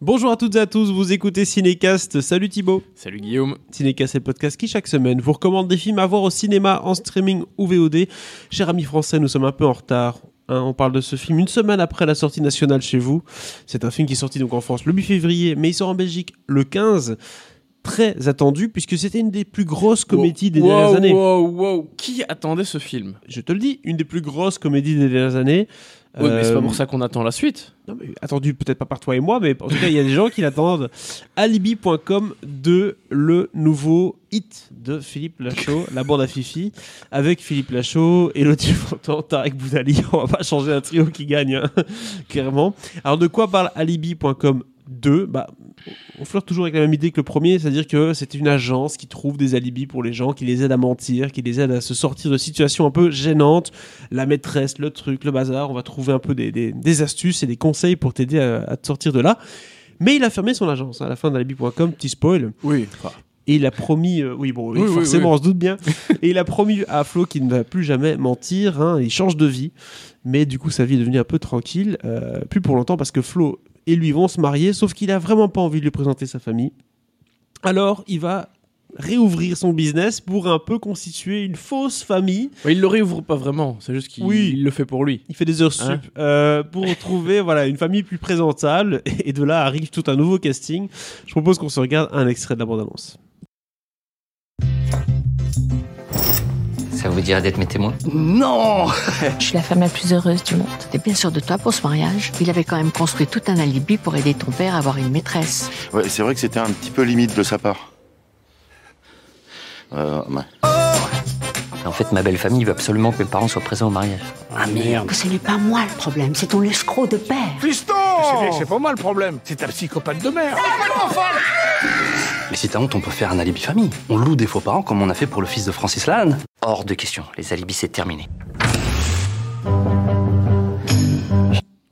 Bonjour à toutes et à tous, vous écoutez Cinécast. Salut Thibaut. Salut Guillaume. Cinécast, c'est le podcast qui, chaque semaine, vous recommande des films à voir au cinéma, en streaming ou VOD. Chers amis français, nous sommes un peu en retard. Hein, on parle de ce film une semaine après la sortie nationale chez vous. C'est un film qui est sorti donc en France le 8 février, mais il sort en Belgique le 15. Très attendu, puisque c'était une des plus grosses comédies des Wow, dernières années. wow, wow. Qui attendait ce film Je te le dis, une des plus grosses comédies des dernières années. Oui, mais c'est Euh, pas pour ça qu'on attend la suite. Non, mais attendu peut-être pas par toi et moi, mais en tout cas, il y a des gens qui l'attendent. Alibi.com 2, le nouveau hit de Philippe Lachaud, la bande à Fifi, avec Philippe Lachaud, Elodie Fontan, Tarek Boudali. On va pas changer un trio qui gagne, hein, clairement. Alors, de quoi parle Alibi.com 2 bah, on flirte toujours avec la même idée que le premier, c'est-à-dire que c'est une agence qui trouve des alibis pour les gens, qui les aide à mentir, qui les aide à se sortir de situations un peu gênantes la maîtresse, le truc, le bazar. On va trouver un peu des, des- des astuces et des conseils pour t'aider à, à te sortir de là. Mais il a fermé son agence hein, à la fin d'alibi.com, petit spoil. Oui. Et il a promis, euh, oui, bon, oui, Oui, oui, forcément, oui. on se doute bien. et il a promis à Flo qu'il ne va plus jamais mentir. hein, il change de vie. Mais du coup, sa vie est devenue un peu tranquille. euh, plus pour longtemps parce que Flo et lui vont se marier, sauf qu'il a vraiment pas envie de lui présenter sa famille. Alors, il va réouvrir son business pour un peu constituer une fausse famille bah, il le réouvre pas vraiment. C'est juste qu'il Oui. il le fait pour lui. il fait des heures sup Hein euh, pour trouver voilà une famille plus présentable et de là arrive tout un nouveau casting. Je propose qu'on se regarde un extrait de la bande-annonce. Ça vous dirait d'être mes témoins Non Je suis la femme la plus heureuse du monde. T'es bien sûre de toi pour ce mariage Il avait quand même construit tout un alibi pour aider ton père à avoir une maîtresse. Ouais, c'est vrai que c'était un petit peu limite de sa part. Euh, ouais. En fait, ma belle famille veut absolument que mes parents soient présents au mariage. Ah merde Que ce n'est pas moi le problème, c'est ton escroc de père. Fiston C'est pas moi le problème, c'est ta psychopathe de merde Mais si t'as honte, on peut faire un alibi famille. On loue des faux parents comme on a fait pour le fils de Francis Lalanne. Hors de question, les alibis c'est terminé. On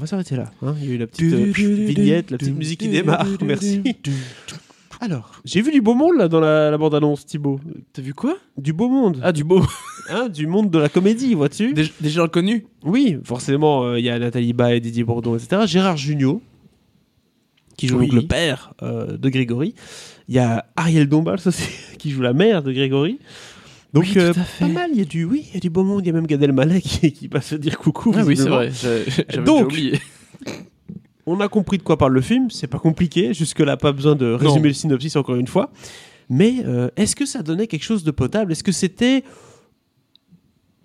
va s'arrêter là. hein. Il y a eu la petite euh, vignette, la petite musique qui démarre. Merci. Alors, j'ai vu du beau monde là dans la, la bande-annonce, Thibaut. T'as vu quoi Du beau monde, Ah, du beau. hein, du monde de la comédie, vois-tu Des, des gens connus Oui, forcément, euh, il y a Nathalie Baye, Didier Bourdon, etc. Gérard Jugnot, qui joue Oui. donc le père euh, de Grégory. Il y a Ariel Dombal, ça, c'est- qui joue la mère de Grégory. Donc, Oui, tout euh, à fait. pas mal, il y a du oui, il y a du beau monde, il y a même Gad Elmaleh qui, qui passe se dire coucou. Ah oui, c'est visiblement. vrai. J'ai- J'avais Donc, déjà oublié. On a compris de quoi parle le film, c'est pas compliqué, jusque-là pas besoin de résumer Non. le synopsis encore une fois. Mais euh, est-ce que ça donnait quelque chose de potable Est-ce que c'était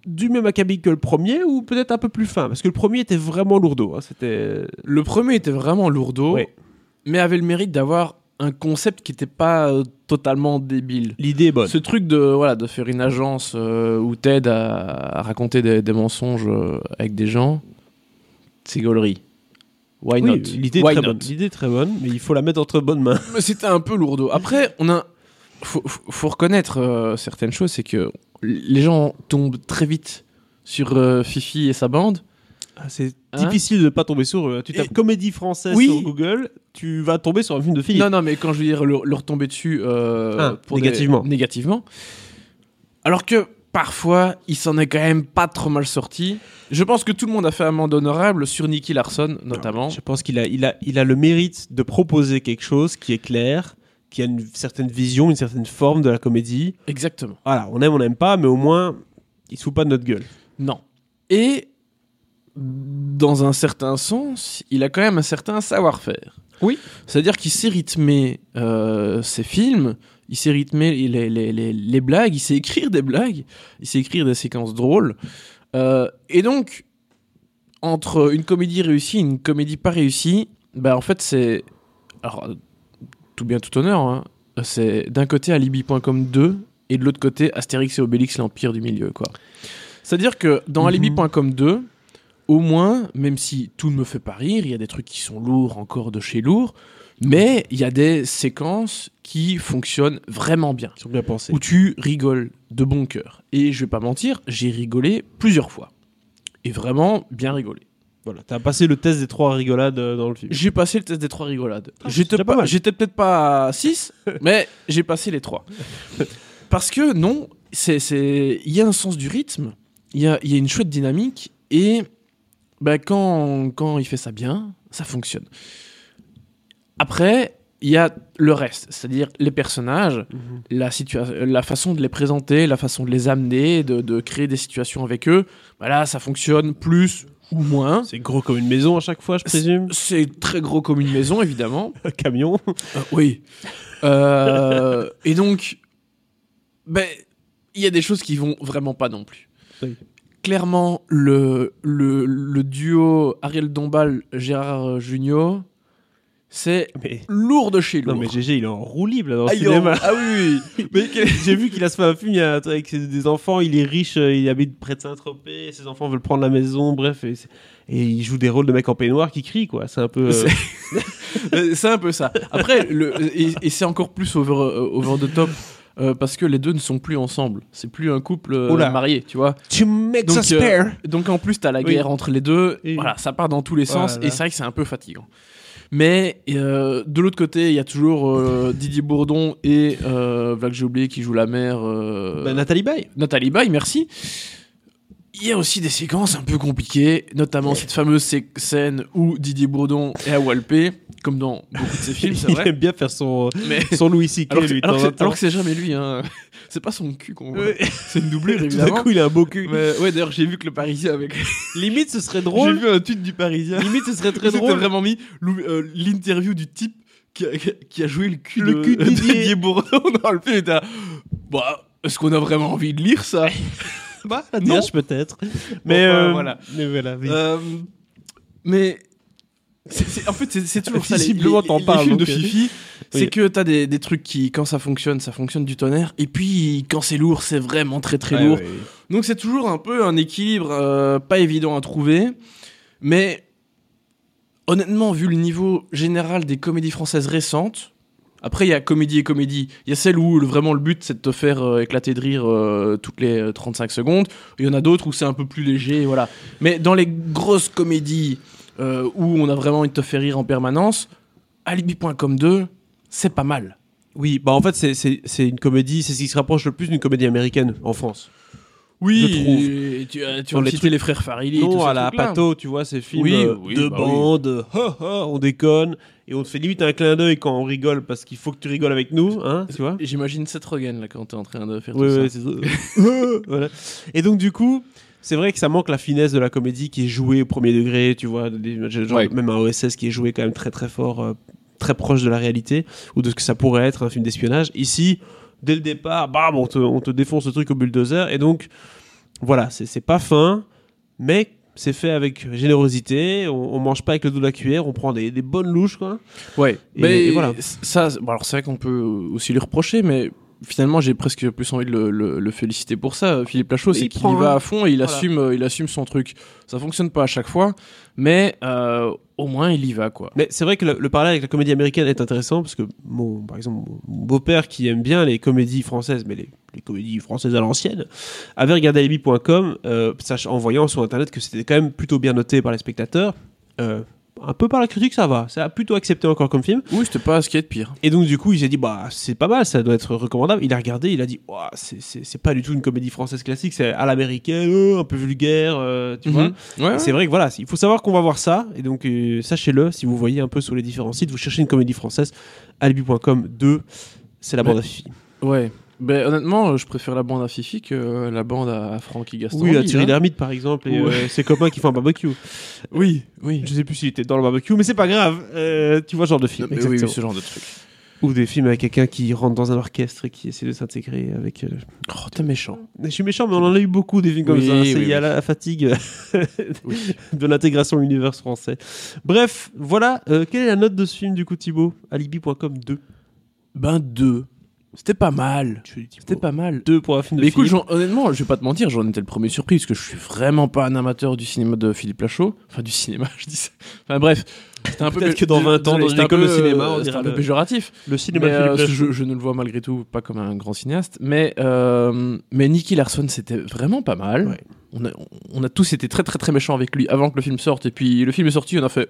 du même acabit que le premier ou peut-être un peu plus fin Parce que le premier était vraiment lourdeau. hein, C'était Le premier était vraiment lourdeau, Ouais. mais avait le mérite d'avoir un concept qui était pas euh, totalement débile. L'idée est bonne. Ce truc de, voilà, de faire une agence euh, où t'aides à, à raconter des, des mensonges euh, avec des gens, c'est gaulerie. Why Oui, not L'idée est Why très not bonne. L'idée est très bonne, mais il faut la mettre entre bonnes mains. Mais C'était un peu lourdeau. Après, on a. Faut, faut- faut reconnaître euh, certaines choses, c'est que les gens tombent très vite sur euh, Fifi et sa bande. Ah, c'est Hein difficile de pas tomber sur. eux, hein. Tu Et- tapes comédie française Oui. sur Google, tu vas tomber sur un film de Philippe. Non, non, mais quand je veux dire leur, leur tomber dessus. euh, Ah, des- négativement. négativement. Alors que parfois, il s'en est quand même pas trop mal sorti. Je pense que tout le monde a fait amende honorable sur Nicky Larson, notamment. Je pense qu'il a, il a, il a le mérite de proposer quelque chose qui est clair, qui a une certaine vision, une certaine forme de la comédie. Exactement. Voilà, on aime, on n'aime pas, mais au moins, il se fout pas de notre gueule. Non. Et dans un certain sens, il a quand même un certain savoir-faire. Oui. C'est-à-dire qu'il sait rythmer euh, ses films, il sait rythmer les, les- les- les blagues, il sait écrire des blagues, il sait écrire des séquences drôles. Euh, et donc, entre une comédie réussie et une comédie pas réussie, bah en fait c'est... Alors, tout bien tout honneur, hein, c'est d'un côté Alibi.com 2 et de l'autre côté Astérix et Obélix, l'Empire du Milieu, quoi. C'est-à-dire que dans Mhm. Alibi.com 2, au moins, même si tout ne me fait pas rire, il y a des trucs qui sont lourds encore de chez lourd, mais il y a des séquences qui fonctionnent vraiment bien Ils ont bien pensé. où tu rigoles de bon cœur. Et je vais pas mentir, j'ai rigolé plusieurs fois. Et vraiment bien rigolé. Voilà, t'as passé le test des trois rigolades euh, dans le film. J'ai passé le test des trois rigolades. Ah, c'est J'étais déjà pas pas- mal. j'étais peut-être pas à 6, mais j'ai passé les trois. Parce que non, c'est c'est- il y a un sens du rythme, il y a, il y a une chouette dynamique, ben, et bah, quand, quand il fait ça bien, ça fonctionne. Après, il y a le reste, c'est-à-dire les personnages, Mhm. la, situa- la façon de les présenter, la façon de les amener, de, de créer des situations avec eux. Voilà, ça fonctionne plus ou moins. C'est gros comme une maison à chaque fois, je présume. C'est très gros comme une maison, évidemment. Un camion. Euh, oui. Euh, et donc, ben, il y a des choses qui vont vraiment pas non plus. Oui. Clairement, le, le, le duo Ariel Dombal, Gérard Junio, c'est Mais... lourd de chez lourd. Non, mais GG, il est en roue libre là, dans le ah, il est en- cinéma. ah oui, oui. Mais quel- J'ai vu qu'il a fait un film il y a- avec des enfants, il est riche, euh, il habite près de Saint-Tropez, ses enfants veulent prendre la maison, bref. Et, c'est- et il joue des rôles de mec en peignoir qui crie, quoi. C'est un peu. euh, C'est- Euh, c'est un peu ça. Après, le, et, et c'est encore plus over, euh, over the top euh, parce que les deux ne sont plus ensemble. C'est plus un couple euh, Oula. marié, tu vois. Tu m'exaspères Donc euh, en plus, t'as la Oui. guerre entre les deux. Et- Voilà, ça part dans tous les sens. Voilà. Et c'est vrai que c'est un peu fatigant. Mais euh, de l'autre côté, il y a toujours euh, Didier Bourdon et euh, voilà que j'ai oublié qui joue la mère. euh, Bah, Nathalie Baye. Nathalie Baye, merci. Il y a aussi des séquences un peu compliquées, notamment cette fameuse sé- scène où Didier Bourdon est à Walpé, comme dans beaucoup de ses films, c'est il vrai. aime bien faire son, Mais son Louis C.K. alors que, lui, de alors que temps en c'est- alors temps. que c'est jamais lui, hein. c'est pas son cul qu'on voit. Ouais. C'est une doublure Tout d'un évidemment. coup, il a un beau cul. Mais, ouais, d'ailleurs, j'ai vu que le Parisien avec. Limite, ce serait J'ai drôle. vu un tweet du Parisien. Limite, ce serait très C'était drôle. vraiment mis l'ou- euh, l'interview du type qui a, qui a joué le cul, Le de, cul de de Didier. Bourdon dans le film. Et t'as, Bah, est-ce qu'on a vraiment envie de lire ça Bah, la Ah, Non. DH peut-être. Mais, Bon, bah, euh, voilà. mais voilà. oui. Euh, mais c'est- c'est- en fait, c'est- c'est toujours ça. Les, Visiblement, les- t'en les parles, films de donc, euh, Fifi, c'est oui. que t'as des, des trucs qui, quand ça fonctionne, ça fonctionne du tonnerre. Et puis, quand c'est lourd, c'est vraiment très très Ouais, lourd. ouais. Donc, c'est toujours un peu un équilibre euh, pas évident à trouver. Mais honnêtement, vu le niveau général des comédies françaises récentes, après, il y a comédie et comédie. Il y a celle où le- vraiment le but, c'est de te faire euh, éclater de rire euh, toutes les euh, 35 secondes. Il y en a d'autres où c'est un peu plus léger, voilà. Mais dans les grosses comédies euh, où on a vraiment envie de te faire rire en permanence, Alibi.com 2, c'est pas mal. Oui, bah en fait, c'est- c'est c'est une comédie, c'est ce qui se rapproche le plus d'une comédie américaine en France. Oui, trouve. tu, euh, tu Dans vas me les citer trucs- les frères Farili. tout non, ce à la truc-là. Pato, tu vois, ces films Oui, euh, oui, de bah oui. bande, ha, ha, on déconne, et on te fait limite un clin d'œil quand on rigole, parce qu'il faut que tu rigoles avec nous, hein, tu vois J'imagine Seth Rogen, là, quand t'es en train de faire Oui, tout oui, ça. c'est ça. Voilà. Et donc, du coup, c'est vrai que ça manque la finesse de la comédie qui est jouée au premier degré, tu vois, des- genre Ouais. même un OSS qui est joué quand même très très fort, euh, très proche de la réalité, ou de ce que ça pourrait être un film d'espionnage. Ici, dès le départ, bam, on te, on te défonce le truc au bulldozer, et donc, voilà, c'est c'est pas fin, mais c'est fait avec générosité, on, on mange pas avec le dos de la cuillère, on prend des, des bonnes louches, quoi. Ouais, Et- mais et voilà. Ça, c'est- bon, alors c'est vrai qu'on peut aussi lui reprocher, mais finalement j'ai presque plus envie de le, le- le féliciter pour ça, Philippe Lachaud, Mais il c'est qu'il prend, y va hein. à fond et il Voilà. assume, euh, il assume son truc. Ça fonctionne pas à chaque fois, mais euh, au moins il y va quoi. Mais c'est vrai que le, le parallèle avec la comédie américaine est intéressant parce que, mon, par exemple, mon mon beau-père qui aime bien les comédies françaises, mais les, les comédies françaises à l'ancienne, avait regardé Alibi.com euh, sach- en voyant sur internet que c'était quand même plutôt bien noté par les spectateurs. Euh, un peu par la critique, ça va. Ça a plutôt accepté encore comme film. Oui, c'était pas ce qui est de pire. Et donc, du coup, il s'est dit, bah, c'est pas mal, ça doit être recommandable. Il a regardé, il a dit, Ouah, c'est- c'est c'est pas du tout une comédie française classique, c'est à l'américaine, euh, un peu vulgaire, euh, Mhm. tu vois. vois Et C'est vrai que voilà, il faut savoir qu'on va voir ça, et donc euh, sachez-le, si vous voyez un peu sur les différents sites, vous cherchez une comédie française, alibi.com 2, c'est la bande à Fifi. Ouais. Ben, honnêtement, euh, je préfère la bande à Fifi que euh, la bande à Francky Gaston. hein. Oui, hein. à Thierry Lhermitte par exemple, et Ouais. euh, ses copains qui font un barbecue. Oui, oui. Je sais plus s'il était dans le barbecue, mais c'est pas grave, euh, tu vois, ce genre de film. Mais oui, exactement. oui, ce genre de truc. Ou des films avec quelqu'un qui rentre dans un orchestre et qui essaie de s'intégrer avec. euh, Oh, t'es méchant. Je suis méchant, mais on en a eu beaucoup des films comme Oui, ça. C'est- oui, Il y a oui. la, la fatigue Oui. de l'intégration à l'univers français. Bref, voilà. euh, quelle est la note de ce film du coup, Thibaut Alibi.com 2. Ben, deux. C'était pas mal. C'était C'était pas mal. 2 pour un film de Mais écoute, Philippe. j'en- honnêtement, je vais pas te mentir, j'en étais le premier surpris, parce que je suis vraiment pas un amateur du cinéma de Philippe Lachaud. Enfin, du cinéma, je dis ça. Enfin, bref. C'était un peu Peut-être que dans 20 ans, désolé, dans c'était une un école de peu, cinéma, euh, on c'était dira un peu le- péjoratif. le cinéma Mais, de Philippe euh, Lachaud. je, je ne le vois malgré tout pas comme un grand cinéaste. Mais, euh, mais Nicky Larson, c'était vraiment pas mal. Ouais. On, a, on a tous été très très très méchants avec lui avant que le film sorte. Et puis le film est sorti, on a fait.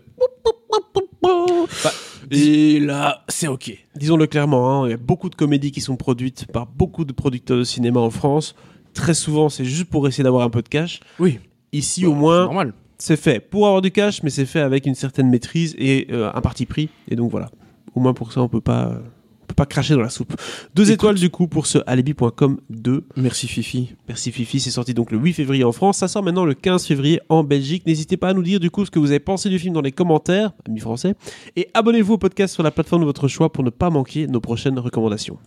Bah, Et là, c'est ok. Disons-le clairement, hein, il y a beaucoup de comédies qui sont produites par beaucoup de producteurs de cinéma en France. Très souvent, c'est juste pour essayer d'avoir un peu de cash. Oui. Ici, au C'est moins, normal. c'est fait pour avoir du cash, mais c'est fait avec une certaine maîtrise et euh, un parti pris. Et donc voilà. au moins pour ça, on peut pas, euh, on peut pas cracher dans la soupe. Deux étoiles du coup pour ce alibi.com 2. Merci Fifi. Merci Fifi, c'est sorti donc le 8 février en France, ça sort maintenant le 15 février en Belgique. N'hésitez pas à nous dire du coup ce que vous avez pensé du film dans les commentaires, amis français, et abonnez-vous au podcast sur la plateforme de votre choix pour ne pas manquer nos prochaines recommandations.